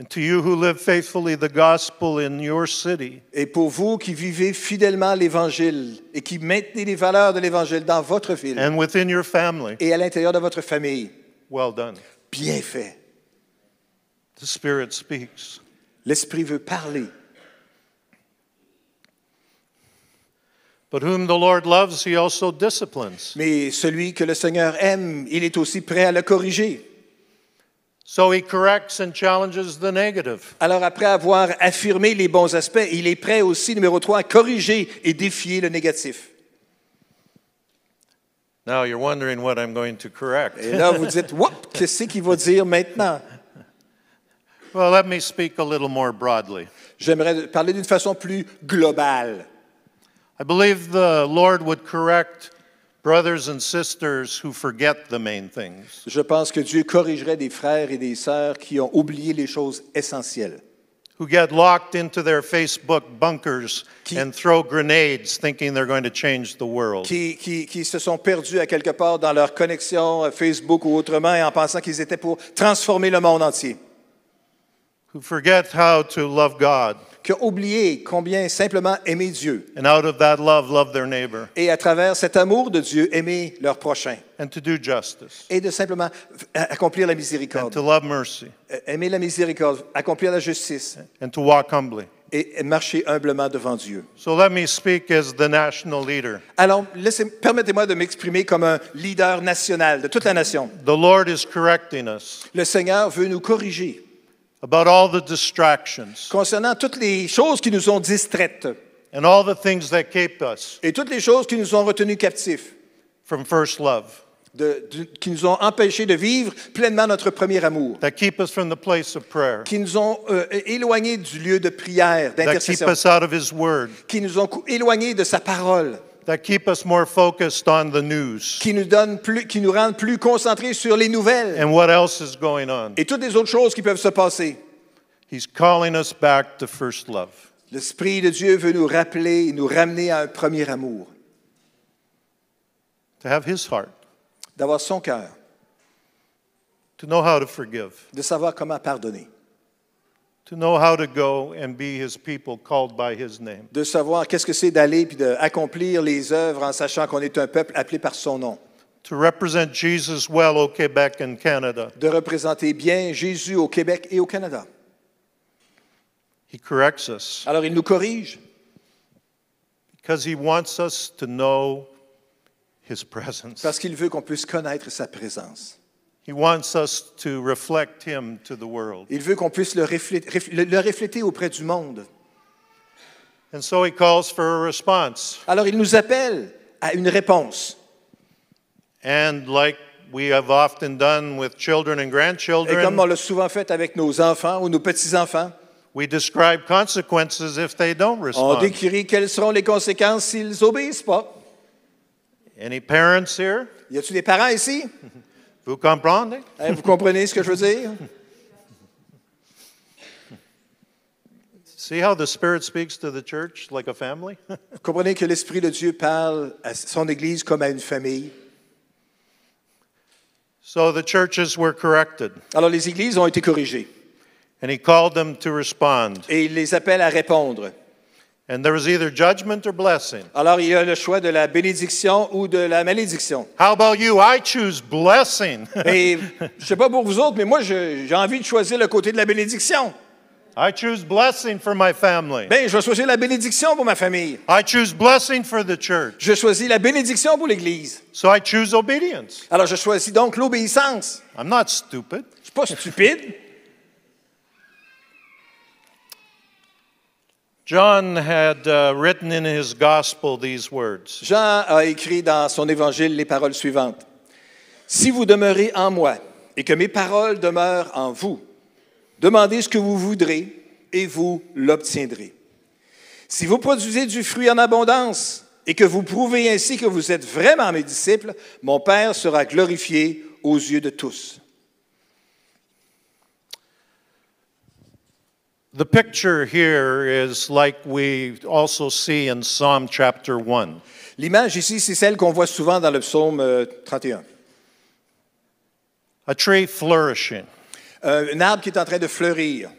Speaker 2: And to you who live faithfully the gospel in your city,
Speaker 1: Et pour vous qui vivez fidèlement l'Évangile et qui maintenez les valeurs de l'Évangile dans votre ville
Speaker 2: and within your family,
Speaker 1: et à l'intérieur de votre famille,
Speaker 2: well done.
Speaker 1: bien fait.
Speaker 2: The Spirit speaks.
Speaker 1: L'Esprit veut parler.
Speaker 2: But whom the Lord loves, he also disciplines.
Speaker 1: Mais celui que le Seigneur aime, il est aussi prêt à le corriger.
Speaker 2: So he corrects and challenges the negative.
Speaker 1: Alors après avoir affirmé les bons aspects, il est prêt aussi, numéro 3, à corriger et défier le négatif.
Speaker 2: Now you're wondering
Speaker 1: Eh.
Speaker 2: what I'm going to correct.
Speaker 1: Et là, vous dites, Whoop, qu'est-ce qu'il va dire maintenant?
Speaker 2: Well, let me speak a little more broadly.
Speaker 1: J'aimerais parler d'une façon plus globale.
Speaker 2: I believe the Lord would correct brothers and sisters who forget the main things.
Speaker 1: Je pense que Dieu corrigerait des frères et des sœurs qui ont oublié les choses essentielles,
Speaker 2: who get locked into their Facebook bunkers
Speaker 1: Qui-
Speaker 2: and throw grenades thinking they're going to change the world.
Speaker 1: qui, qui- qui se sont perdus à quelque part dans leur connexion euh, Facebook ou autrement et en pensant qu'ils étaient pour transformer le monde entier,
Speaker 2: who forget how to love God
Speaker 1: qui ont oublié combien simplement aimer Dieu
Speaker 2: and out of that love love their neighbor
Speaker 1: et à travers cet amour de Dieu aimer leur prochain
Speaker 2: and to do justice
Speaker 1: et de simplement f- a- accomplir la
Speaker 2: and to
Speaker 1: miséricorde,
Speaker 2: love mercy
Speaker 1: Euh, aimer la miséricorde, accomplir la justice
Speaker 2: and to walk humbly.
Speaker 1: et et marcher humblement devant Dieu.
Speaker 2: So let me speak as the national leader.
Speaker 1: Alors, laissez- permettez-moi de m'exprimer comme un leader national de toute la nation.
Speaker 2: The Lord is correcting us
Speaker 1: Le Seigneur veut nous corriger
Speaker 2: about all the distractions
Speaker 1: concernant toutes les choses qui nous ont distraites
Speaker 2: and all the things that keep us
Speaker 1: et toutes les choses qui nous ont retenus captifs,
Speaker 2: from first love,
Speaker 1: de- de- qui nous ont empêchés de vivre pleinement notre premier amour,
Speaker 2: that keep us from the place of prayer,
Speaker 1: qui nous ont euh, éloignés du lieu de prière,
Speaker 2: that keep
Speaker 1: d'intercession,
Speaker 2: us out of His Word,
Speaker 1: qui nous ont cou- éloignés de sa parole,
Speaker 2: that keep us more focused on the news
Speaker 1: qui nous, donnent plus, qui nous rendent plus concentrés sur les nouvelles
Speaker 2: and what else is going on.
Speaker 1: et toutes les autres choses qui peuvent se passer.
Speaker 2: He's calling us back to first love.
Speaker 1: L'Esprit de Dieu veut nous rappeler et nous ramener à un premier amour,
Speaker 2: to have his heart,
Speaker 1: d'avoir son cœur,
Speaker 2: to know how to forgive,
Speaker 1: de savoir comment pardonner,
Speaker 2: to know how to go and be his people called by his name.
Speaker 1: de savoir qu'est-ce que c'est d'aller puis d'accomplir les œuvres en sachant qu'on est un peuple appelé par son nom,
Speaker 2: To represent Jesus well au Quebec and Canada,
Speaker 1: de représenter bien Jésus au Québec et au Canada.
Speaker 2: he corrects us
Speaker 1: Alors il nous corrige
Speaker 2: because he wants us to know his presence.
Speaker 1: parce qu'il veut qu'on puisse connaître sa présence.
Speaker 2: He wants us to reflect him to the world.
Speaker 1: Il veut qu'on puisse le reflé- refl- le- le refléter auprès du monde.
Speaker 2: And so he calls for a response.
Speaker 1: Alors il nous appelle à une réponse.
Speaker 2: And like we have often done with children and
Speaker 1: Et comme on
Speaker 2: grandchildren,
Speaker 1: l'a souvent fait avec nos enfants ou nos petits-enfants,
Speaker 2: we describe consequences if they don't
Speaker 1: on
Speaker 2: respond.
Speaker 1: décrit quelles seront les conséquences s'ils obéissent pas.
Speaker 2: Any parents here?
Speaker 1: Y a-t-il des parents ici?
Speaker 2: Vous comprenez?
Speaker 1: Hein, vous comprenez ce que je veux dire?
Speaker 2: See how the Spirit speaks to the church like a family?
Speaker 1: Vous comprenez que l'Esprit de Dieu parle à son Église comme à une famille.
Speaker 2: so the churches were corrected,
Speaker 1: Alors les Églises ont été corrigées
Speaker 2: and he called them to respond.
Speaker 1: et il les appelle à répondre.
Speaker 2: And there was either judgment or blessing.
Speaker 1: Alors il y a le choix de la bénédiction ou de la malédiction.
Speaker 2: How about you? I choose blessing.
Speaker 1: Et je sais pas pour vous autres, mais moi je- j'ai envie de choisir le côté de la bénédiction.
Speaker 2: I choose blessing for my family.
Speaker 1: Bien, je vais choisir la bénédiction pour ma famille.
Speaker 2: I choose blessing for the church.
Speaker 1: Je choisis la bénédiction pour l'Église.
Speaker 2: So I choose obedience.
Speaker 1: Alors je choisis donc l'obéissance.
Speaker 2: I'm not stupid.
Speaker 1: Je suis pas stupide.
Speaker 2: John had uh, written in his gospel these words
Speaker 1: Jean a écrit dans son évangile les paroles suivantes. Si vous demeurez en moi et que mes paroles demeurent en vous, demandez ce que vous voudrez et vous l'obtiendrez. Si vous produisez du fruit en abondance et que vous prouvez ainsi que vous êtes vraiment mes disciples, mon Père sera glorifié aux yeux de tous.
Speaker 2: The picture here is like we also see in Psalm chapter 1.
Speaker 1: L'image ici, c'est celle qu'on voit souvent dans le psaume euh, 31.
Speaker 2: a tree flourishing.
Speaker 1: Euh, un arbre qui est en train de fleurir.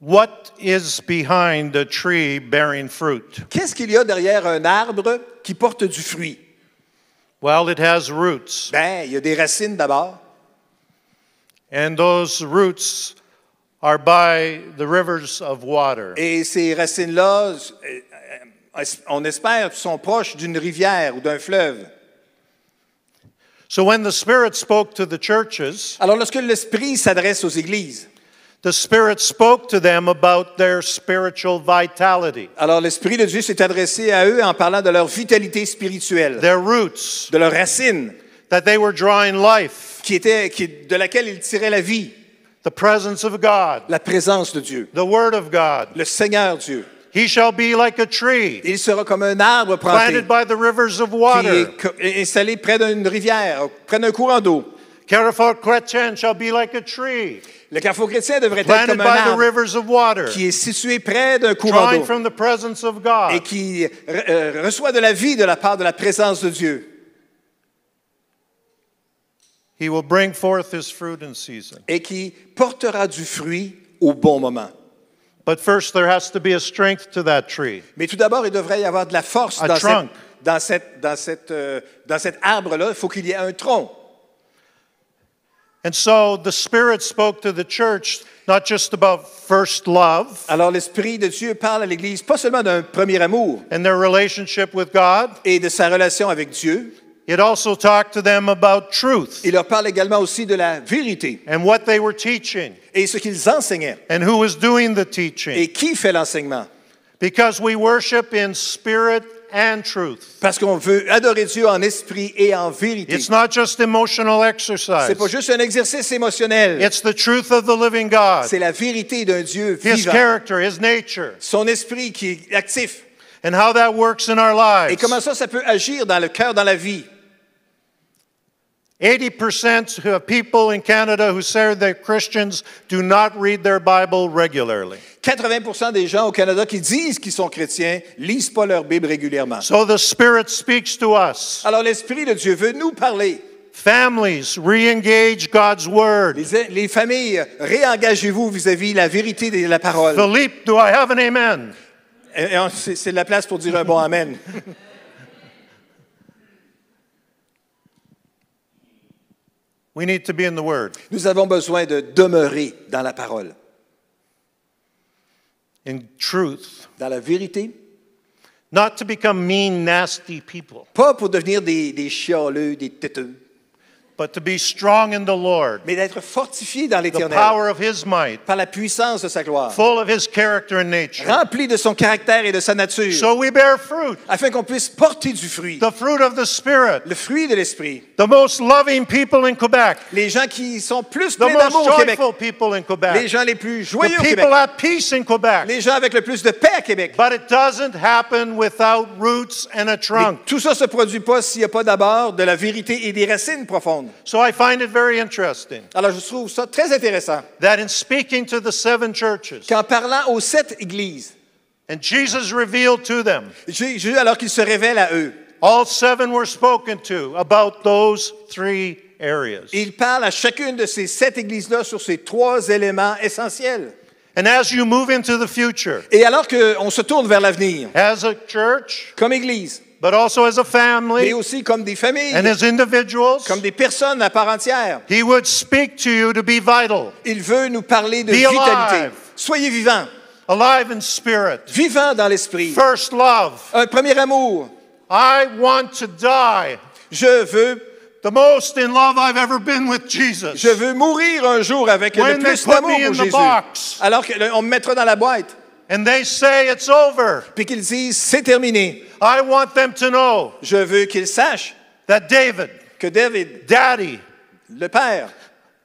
Speaker 2: What is behind a tree bearing fruit?
Speaker 1: Qu'est-ce qu'il y a derrière un arbre qui porte du fruit?
Speaker 2: Well, it has roots,
Speaker 1: Ben, il y a des racines d'abord.
Speaker 2: and those roots are by the rivers of water.
Speaker 1: Et ces racines-là, euh, euh, on espère, sont proches d'une rivière ou d'un fleuve.
Speaker 2: So when the Spirit spoke to the churches,
Speaker 1: Alors, lorsque l'Esprit s'adresse aux églises,
Speaker 2: the Spirit spoke to them about their spiritual vitality,
Speaker 1: alors l'Esprit de Dieu s'est adressé à eux en parlant de leur vitalité spirituelle,
Speaker 2: their roots,
Speaker 1: de leur racine,
Speaker 2: that they were drawing life,
Speaker 1: qui était, qui- de laquelle ils tiraient la vie,
Speaker 2: the presence of God,
Speaker 1: la présence de Dieu,
Speaker 2: the Word of God.
Speaker 1: le Seigneur Dieu.
Speaker 2: He shall be like a tree
Speaker 1: Il sera comme un arbre planté
Speaker 2: planted by the rivers of
Speaker 1: qui
Speaker 2: water.
Speaker 1: est co- est installé près d'une rivière, près d'un courant d'eau.
Speaker 2: Carrefour Chrétien shall be like a tree
Speaker 1: Le carrefour chrétien devrait être
Speaker 2: planted
Speaker 1: comme un
Speaker 2: by the
Speaker 1: arbre
Speaker 2: rivers of water,
Speaker 1: qui est situé près d'un courant
Speaker 2: drawing
Speaker 1: d'eau
Speaker 2: from the presence of
Speaker 1: et
Speaker 2: God.
Speaker 1: qui re- euh, reçoit de la vie de la part de la présence de Dieu
Speaker 2: He will bring forth his fruit in season.
Speaker 1: et qui portera du fruit au bon moment.
Speaker 2: But first, there has to be a strength to that tree.
Speaker 1: Mais tout d'abord, il devrait y avoir de la force
Speaker 2: Un
Speaker 1: dans,
Speaker 2: trunk.
Speaker 1: cette- dans, cette- dans cette, euh, dans cet arbre-là. Il faut qu'il y ait un tronc.
Speaker 2: And so the Spirit spoke to the church not just about first love
Speaker 1: Alors l'Esprit de Dieu parle à l'Église pas seulement d'un premier amour
Speaker 2: and their relationship with God,
Speaker 1: et de sa relation avec Dieu,
Speaker 2: it also talked to them about truth
Speaker 1: il leur parle également aussi de la vérité
Speaker 2: and what they were teaching
Speaker 1: et ce qu'ils enseignaient
Speaker 2: and who was doing the teaching.
Speaker 1: et qui fait l'enseignement.
Speaker 2: Because we worship in spirit and truth.
Speaker 1: Parce qu'on veut adorer Dieu en esprit et en vérité.
Speaker 2: It's not just emotional exercise.
Speaker 1: C'est pas juste un exercice émotionnel.
Speaker 2: It's the truth of the living God,
Speaker 1: C'est la vérité d'un Dieu
Speaker 2: His
Speaker 1: vivant.
Speaker 2: character, His nature,
Speaker 1: Son esprit qui est actif.
Speaker 2: and how that works in our
Speaker 1: Et
Speaker 2: lives.
Speaker 1: comment ça, ça peut agir dans le cœur, dans la vie.
Speaker 2: 80% of people in Canada who say they're Christians do not read their Bible regularly.
Speaker 1: 80 des gens au Canada qui disent qu'ils sont chrétiens lisent pas leur Bible régulièrement.
Speaker 2: So the Spirit speaks to us.
Speaker 1: Alors l'Esprit de Dieu veut nous parler.
Speaker 2: Families, re engage God's Word.
Speaker 1: Les, les familles, réengagez-vous vis-à-vis la vérité de la parole.
Speaker 2: Philippe, do I have an amen?
Speaker 1: Et- et on- C'est c'est de la place pour dire un bon Amen.
Speaker 2: We need to be in the Word.
Speaker 1: Nous avons besoin de demeurer dans la parole,
Speaker 2: in truth,
Speaker 1: dans la vérité,
Speaker 2: not to become mean, nasty people,
Speaker 1: pas pour devenir des, des chialeux, des têteux,
Speaker 2: but to be strong in the Lord,
Speaker 1: mais d'être fortifiés dans
Speaker 2: the
Speaker 1: l'éternel
Speaker 2: power of His might,
Speaker 1: par la puissance de sa gloire,
Speaker 2: full of His character and nature.
Speaker 1: remplis de son caractère et de sa nature,
Speaker 2: So we bear fruit,
Speaker 1: afin qu'on puisse porter du fruit,
Speaker 2: the fruit of the Spirit.
Speaker 1: le fruit de l'esprit.
Speaker 2: The most loving people in Quebec,
Speaker 1: Les gens qui sont plus
Speaker 2: the
Speaker 1: pleins
Speaker 2: most
Speaker 1: d'amour au Québec,
Speaker 2: joyful people in
Speaker 1: les
Speaker 2: Quebec,
Speaker 1: gens les plus
Speaker 2: the
Speaker 1: joyeux au Québec,
Speaker 2: people at peace in Quebec.
Speaker 1: les gens avec le plus de paix à Québec.
Speaker 2: But it doesn't happen without roots and
Speaker 1: Mais
Speaker 2: a trunk.
Speaker 1: tout ça se produit pas s'il n'y a pas d'abord de la vérité et des racines profondes.
Speaker 2: So I find it very interesting
Speaker 1: Alors je trouve ça très intéressant
Speaker 2: that in speaking to the seven churches,
Speaker 1: qu'en parlant aux sept églises,
Speaker 2: and Jesus revealed to them
Speaker 1: Jésus, alors qu'il se révèle à eux,
Speaker 2: All seven were spoken to about those three areas.
Speaker 1: il parle à chacune de ces sept églises-là sur ces trois éléments essentiels.
Speaker 2: And as you move into the future,
Speaker 1: Et alors qu'on se tourne vers l'avenir,
Speaker 2: as a church,
Speaker 1: comme église,
Speaker 2: but also as a
Speaker 1: mais
Speaker 2: family
Speaker 1: aussi comme des familles,
Speaker 2: and as individuals,
Speaker 1: comme des personnes à part entière,
Speaker 2: He would speak to you to be vital,
Speaker 1: il veut nous parler de
Speaker 2: Be
Speaker 1: vitalité.
Speaker 2: alive.
Speaker 1: Soyez vivants,
Speaker 2: alive in spirit,
Speaker 1: vivants dans l'esprit.
Speaker 2: first love.
Speaker 1: Un premier amour.
Speaker 2: I want to die
Speaker 1: Je veux
Speaker 2: the most in love I've ever been with Jesus.
Speaker 1: Je veux mourir un jour avec le
Speaker 2: When they
Speaker 1: plus
Speaker 2: put me
Speaker 1: d'amour
Speaker 2: in
Speaker 1: pour
Speaker 2: the
Speaker 1: Jésus.
Speaker 2: box.
Speaker 1: Alors qu'on me mettra dans la boîte,
Speaker 2: And they say it's over.
Speaker 1: puis qu'ils disent c'est terminé.
Speaker 2: I want them to know
Speaker 1: Je veux qu'ils sachent
Speaker 2: that David,
Speaker 1: que David,
Speaker 2: Daddy,
Speaker 1: le père,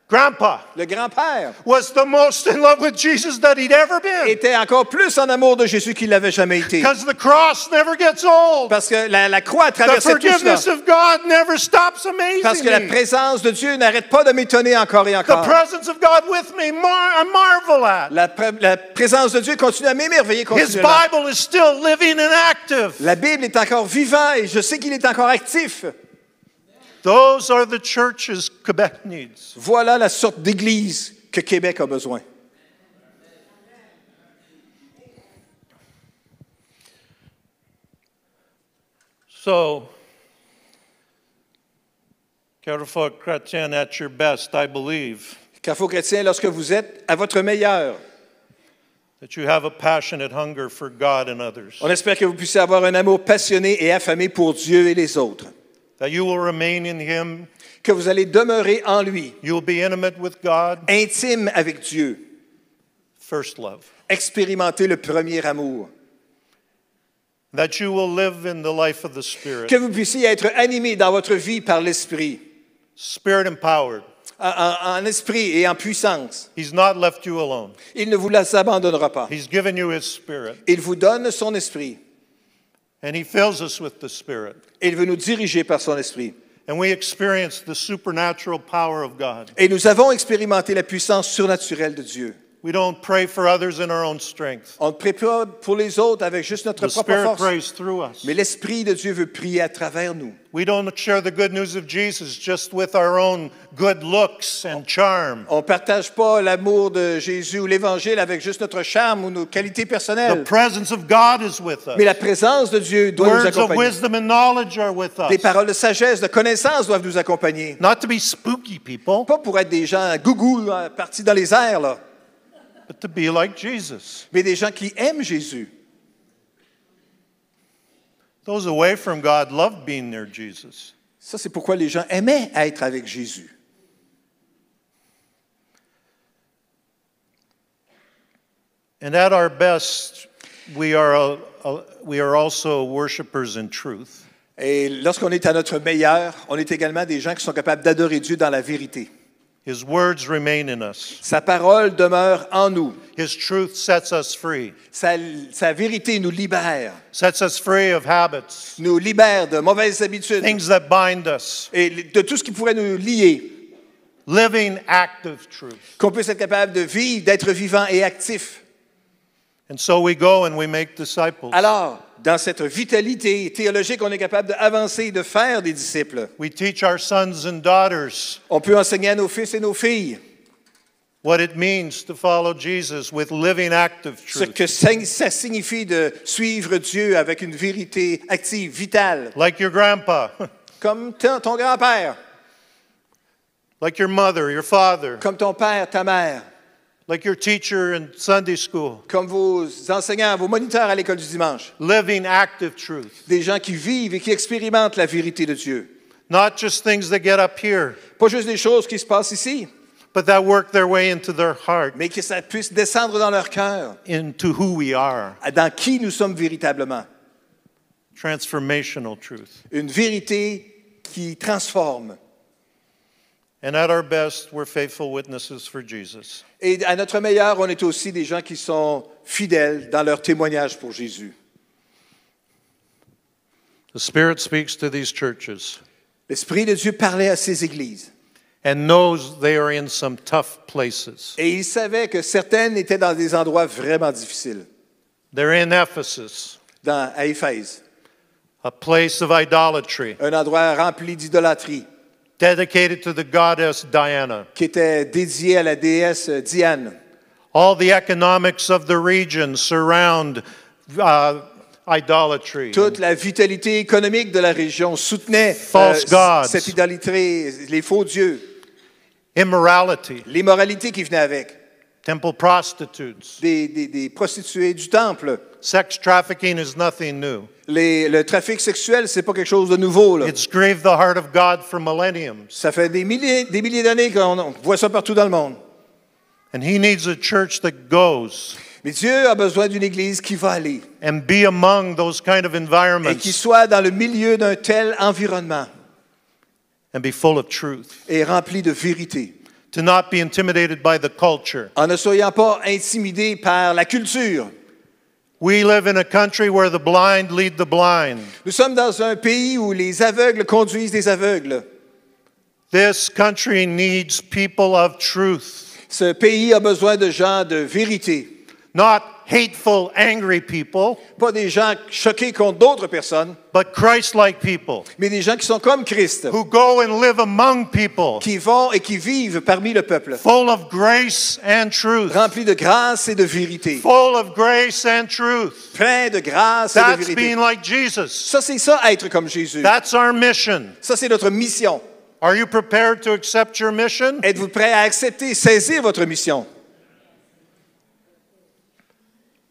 Speaker 2: Grandpa,
Speaker 1: le grand-père,
Speaker 2: was the most in love with Jesus that he'd ever been.
Speaker 1: était encore plus en amour de Jésus qu'il l'avait jamais été.
Speaker 2: Because the cross never gets old.
Speaker 1: Parce que la, la croix a
Speaker 2: The
Speaker 1: traversé tout cela.
Speaker 2: forgiveness of God never stops
Speaker 1: Parce
Speaker 2: amazing
Speaker 1: que la
Speaker 2: me.
Speaker 1: présence de Dieu n'arrête pas de m'étonner encore et
Speaker 2: The
Speaker 1: encore.
Speaker 2: presence of God with me, mar- I marvel at.
Speaker 1: La, pr- la présence de Dieu continue à m'émerveiller
Speaker 2: His
Speaker 1: continuellement.
Speaker 2: Bible is still living and active.
Speaker 1: La Bible est encore vivante et je sais qu'il est encore actif.
Speaker 2: Those are the churches Quebec needs.
Speaker 1: Voilà la sorte d'église que Québec a besoin.
Speaker 2: So, Carrefour Chrétien, at your best, I believe
Speaker 1: Carrefour chrétien, lorsque vous êtes à votre meilleur,
Speaker 2: that you have a passionate hunger for God and others,
Speaker 1: on espère que vous puissiez avoir un amour passionné et affamé pour Dieu et les autres,
Speaker 2: that you will remain in Him,
Speaker 1: que vous allez demeurer en lui,
Speaker 2: you will be intimate with God.
Speaker 1: intime avec Dieu,
Speaker 2: first love.
Speaker 1: expérimenter le premier amour,
Speaker 2: That you will live in the life of the Spirit,
Speaker 1: que vous puissiez être animé dans votre vie par l'Esprit,
Speaker 2: Spirit empowered,
Speaker 1: en, en esprit et en puissance.
Speaker 2: He's not left you alone.
Speaker 1: Il ne vous laisse- abandonnera pas.
Speaker 2: He's given you His Spirit,
Speaker 1: Il vous donne son esprit.
Speaker 2: and He fills us with the Spirit.
Speaker 1: Il veut nous diriger par son esprit.
Speaker 2: And we experience the supernatural power of God.
Speaker 1: Et nous avons expérimenté la puissance surnaturelle de Dieu.
Speaker 2: We don't pray for others in our own strength.
Speaker 1: On ne prie pas pour les autres avec juste notre
Speaker 2: The
Speaker 1: propre
Speaker 2: Spirit
Speaker 1: force.
Speaker 2: prays through us.
Speaker 1: Mais l'Esprit de Dieu veut prier à travers nous.
Speaker 2: We don't share the good news of Jesus just with our own good looks and charm.
Speaker 1: On ne partage pas l'amour de Jésus ou l'Évangile avec juste notre charme ou nos qualités
Speaker 2: The
Speaker 1: personnelles.
Speaker 2: presence of God is with us.
Speaker 1: Mais la présence de Dieu doit nous
Speaker 2: Words of
Speaker 1: accompagner.
Speaker 2: wisdom and knowledge are with us.
Speaker 1: Des paroles de sagesse, de connaissance doivent nous accompagner.
Speaker 2: Not to be spooky people,
Speaker 1: Pas pour être des gens gougou, hein, partis dans les airs, là,
Speaker 2: but to be like Jesus.
Speaker 1: mais des gens qui aiment Jésus.
Speaker 2: Those away from God love being near Jesus.
Speaker 1: Ça, c'est pourquoi les gens aimaient être avec Jésus.
Speaker 2: And at our best, we are, a, a- we are also worshipers in truth.
Speaker 1: Et lorsqu'on est à notre meilleur, on est également des gens qui sont capables d'adorer Dieu dans la vérité.
Speaker 2: His words remain in us.
Speaker 1: Sa parole demeure en nous.
Speaker 2: His truth sets us free,
Speaker 1: Sa, sa vérité nous libère,
Speaker 2: sets us free of habits,
Speaker 1: nous libère de mauvaises habitudes
Speaker 2: things that bind us.
Speaker 1: et de tout ce qui pourrait nous lier,
Speaker 2: Living active truth.
Speaker 1: qu'on puisse être capable de vivre, d'être vivant et actif.
Speaker 2: And so we go and we make disciples.
Speaker 1: Alors, dans cette vitalité théologique, on est capable d'avancer et de faire des disciples.
Speaker 2: We teach our sons and daughters
Speaker 1: On peut enseigner à nos fils et nos filles
Speaker 2: what it means to follow Jesus with living active
Speaker 1: ce
Speaker 2: truth.
Speaker 1: que ça ça signifie de suivre Dieu avec une vérité active, vitale,
Speaker 2: Like your grandpa,
Speaker 1: comme ton ton grand-père,
Speaker 2: like your mother, your father,
Speaker 1: comme ton père, ta mère,
Speaker 2: like your teacher in Sunday school.
Speaker 1: comme vos enseignants, vos moniteurs à l'école du dimanche.
Speaker 2: Living active truth.
Speaker 1: des gens qui vivent et qui expérimentent la vérité de Dieu.
Speaker 2: Not just things that get up here,
Speaker 1: Pas juste des choses qui se passent ici,
Speaker 2: but that work their way into their heart,
Speaker 1: mais que ça puisse descendre dans leur cœur,
Speaker 2: into who we are.
Speaker 1: dans qui nous sommes véritablement.
Speaker 2: Transformational truth.
Speaker 1: Une vérité qui transforme.
Speaker 2: And at our best, we're faithful witnesses for Jesus.
Speaker 1: Et à notre meilleur, on est aussi des gens qui sont fidèles dans leur témoignage pour Jésus.
Speaker 2: The Spirit speaks to these churches
Speaker 1: L'Esprit de Dieu parlait à ces églises
Speaker 2: and knows they are in some tough places.
Speaker 1: et il savait que certaines étaient dans des endroits vraiment difficiles,
Speaker 2: They're in Ephesus,
Speaker 1: dans, à Éphèse,
Speaker 2: a place of idolatry,
Speaker 1: un endroit rempli d'idolâtrie
Speaker 2: dedicated to the goddess Diana.
Speaker 1: qui était dédié à la déesse Diane.
Speaker 2: All the economics of the region surround uh, idolatry.
Speaker 1: Toute la vitalité économique de la région soutenait
Speaker 2: False
Speaker 1: euh,
Speaker 2: gods.
Speaker 1: cette idolâtrie, les faux dieux,
Speaker 2: immorality,
Speaker 1: l'immoralité qui venait avec,
Speaker 2: temple prostitutes.
Speaker 1: des, des- des prostituées du temple.
Speaker 2: Sex trafficking is nothing new.
Speaker 1: Les- le trafic sexuel, c'est pas quelque chose de nouveau. là.
Speaker 2: It's grieved the heart of God for millenniums.
Speaker 1: Ça fait des milliers, des milliers d'années qu'on on voit ça partout dans le monde.
Speaker 2: And He needs a church that goes
Speaker 1: Mais Dieu a besoin d'une Église qui va aller
Speaker 2: and be among those kind of
Speaker 1: et qui
Speaker 2: environments
Speaker 1: soit dans le milieu d'un tel environnement
Speaker 2: and be full of truth.
Speaker 1: et remplie de vérité,
Speaker 2: To not be intimidated by the culture.
Speaker 1: en ne soyant pas intimidé par la culture.
Speaker 2: We live in a country where the blind lead the blind.
Speaker 1: Nous sommes dans un pays où les aveugles conduisent des aveugles.
Speaker 2: This country needs people of truth,
Speaker 1: Ce pays a besoin de gens de vérité,
Speaker 2: not hateful, angry people,
Speaker 1: pas des gens choqués contre d'autres personnes,
Speaker 2: but Christ like people
Speaker 1: mais des gens qui sont comme Christ,
Speaker 2: who go and live among people,
Speaker 1: qui vont et qui vivent parmi le peuple,
Speaker 2: full of grace and truth.
Speaker 1: remplis de grâce et de vérité,
Speaker 2: Full of grace and truth.
Speaker 1: pleins de grâce et de
Speaker 2: That's
Speaker 1: vérité.
Speaker 2: being like Jesus.
Speaker 1: Ça, c'est ça, être comme Jésus.
Speaker 2: That's our mission.
Speaker 1: Ça, c'est notre mission.
Speaker 2: Are you prepared to accept your mission?
Speaker 1: Êtes-vous prêt à accepter, saisir votre mission?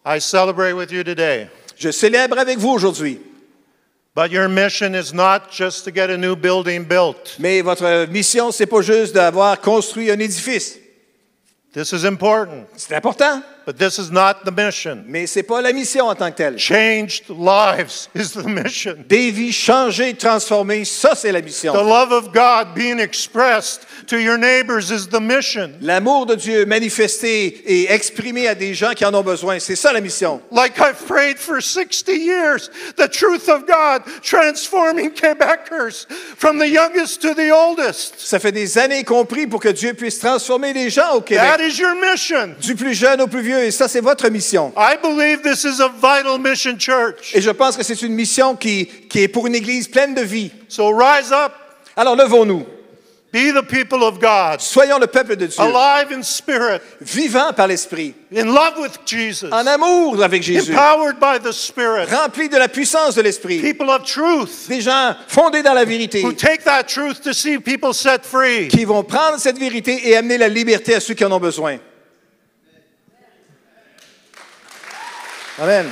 Speaker 2: I celebrate with you today.
Speaker 1: Je célèbre avec vous aujourd'hui,
Speaker 2: But your mission is not just to get a new building built.
Speaker 1: mais votre mission, c'est pas juste d'avoir construit un édifice.
Speaker 2: This is important,
Speaker 1: C'est important,
Speaker 2: but this is not the mission.
Speaker 1: mais ce n'est pas la mission en tant que telle.
Speaker 2: Changed lives is the mission.
Speaker 1: Des vies changées, transformées, ça, c'est la
Speaker 2: The
Speaker 1: mission.
Speaker 2: love of God being expressed to your neighbors is the mission.
Speaker 1: L'amour de Dieu manifesté et exprimé à des gens qui en ont besoin, c'est ça la mission.
Speaker 2: Like I've prayed for 60 years, the truth of God transforming Quebecers from the youngest to the oldest.
Speaker 1: Ça fait des années qu'on prie pour que Dieu puisse transformer les gens au
Speaker 2: That
Speaker 1: Québec,
Speaker 2: is your mission.
Speaker 1: du plus jeune au plus vieux, et ça, c'est votre mission.
Speaker 2: I believe this is a vital mission, church.
Speaker 1: Et je pense que c'est une mission qui, qui est pour une Église pleine de vie.
Speaker 2: So rise up,
Speaker 1: Alors levons-nous,
Speaker 2: be the people of God,
Speaker 1: soyons le peuple de Dieu,
Speaker 2: alive in spirit,
Speaker 1: vivant par l'Esprit,
Speaker 2: in love with Jesus,
Speaker 1: en amour avec Jésus,
Speaker 2: empowered by the Spirit,
Speaker 1: remplis de la puissance de l'Esprit,
Speaker 2: people of truth
Speaker 1: des gens fondés dans la vérité,
Speaker 2: who take that truth to see people set free.
Speaker 1: qui vont prendre cette vérité et amener la liberté à ceux qui en ont besoin. Amen.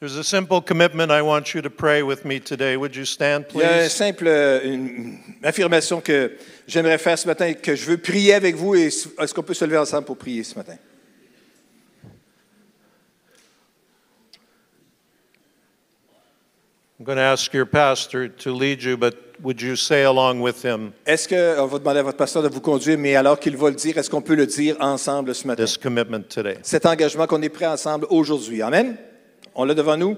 Speaker 2: There's a simple commitment I want you to pray with me today. Would you stand,
Speaker 1: Il y a une
Speaker 2: please?
Speaker 1: simple euh, une une affirmation que j'aimerais faire ce matin et que je veux prier avec vous. Et s- Est-ce qu'on peut se lever ensemble pour prier ce matin?
Speaker 2: I'm going to ask your pastor to lead you, but would you say along with him
Speaker 1: Est-ce que, on va demander à votre pasteur de vous conduire, mais alors qu'il va le dire, est-ce qu'on peut le dire ensemble ce matin?
Speaker 2: this commitment today?
Speaker 1: Cet engagement qu'on est prêt ensemble aujourd'hui. Amen? On l'a devant nous?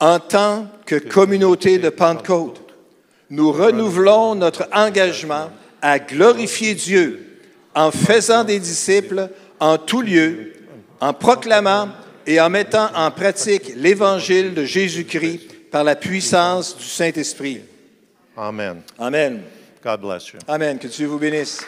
Speaker 1: En tant que communauté de Pentecôte, nous renouvelons notre engagement à glorifier Dieu en faisant des disciples en tout lieu, en proclamant et en mettant en pratique l'évangile de Jésus-Christ par la puissance du Saint-Esprit.
Speaker 2: Amen.
Speaker 1: Amen.
Speaker 2: God bless you.
Speaker 1: Amen. Que Dieu vous bénisse.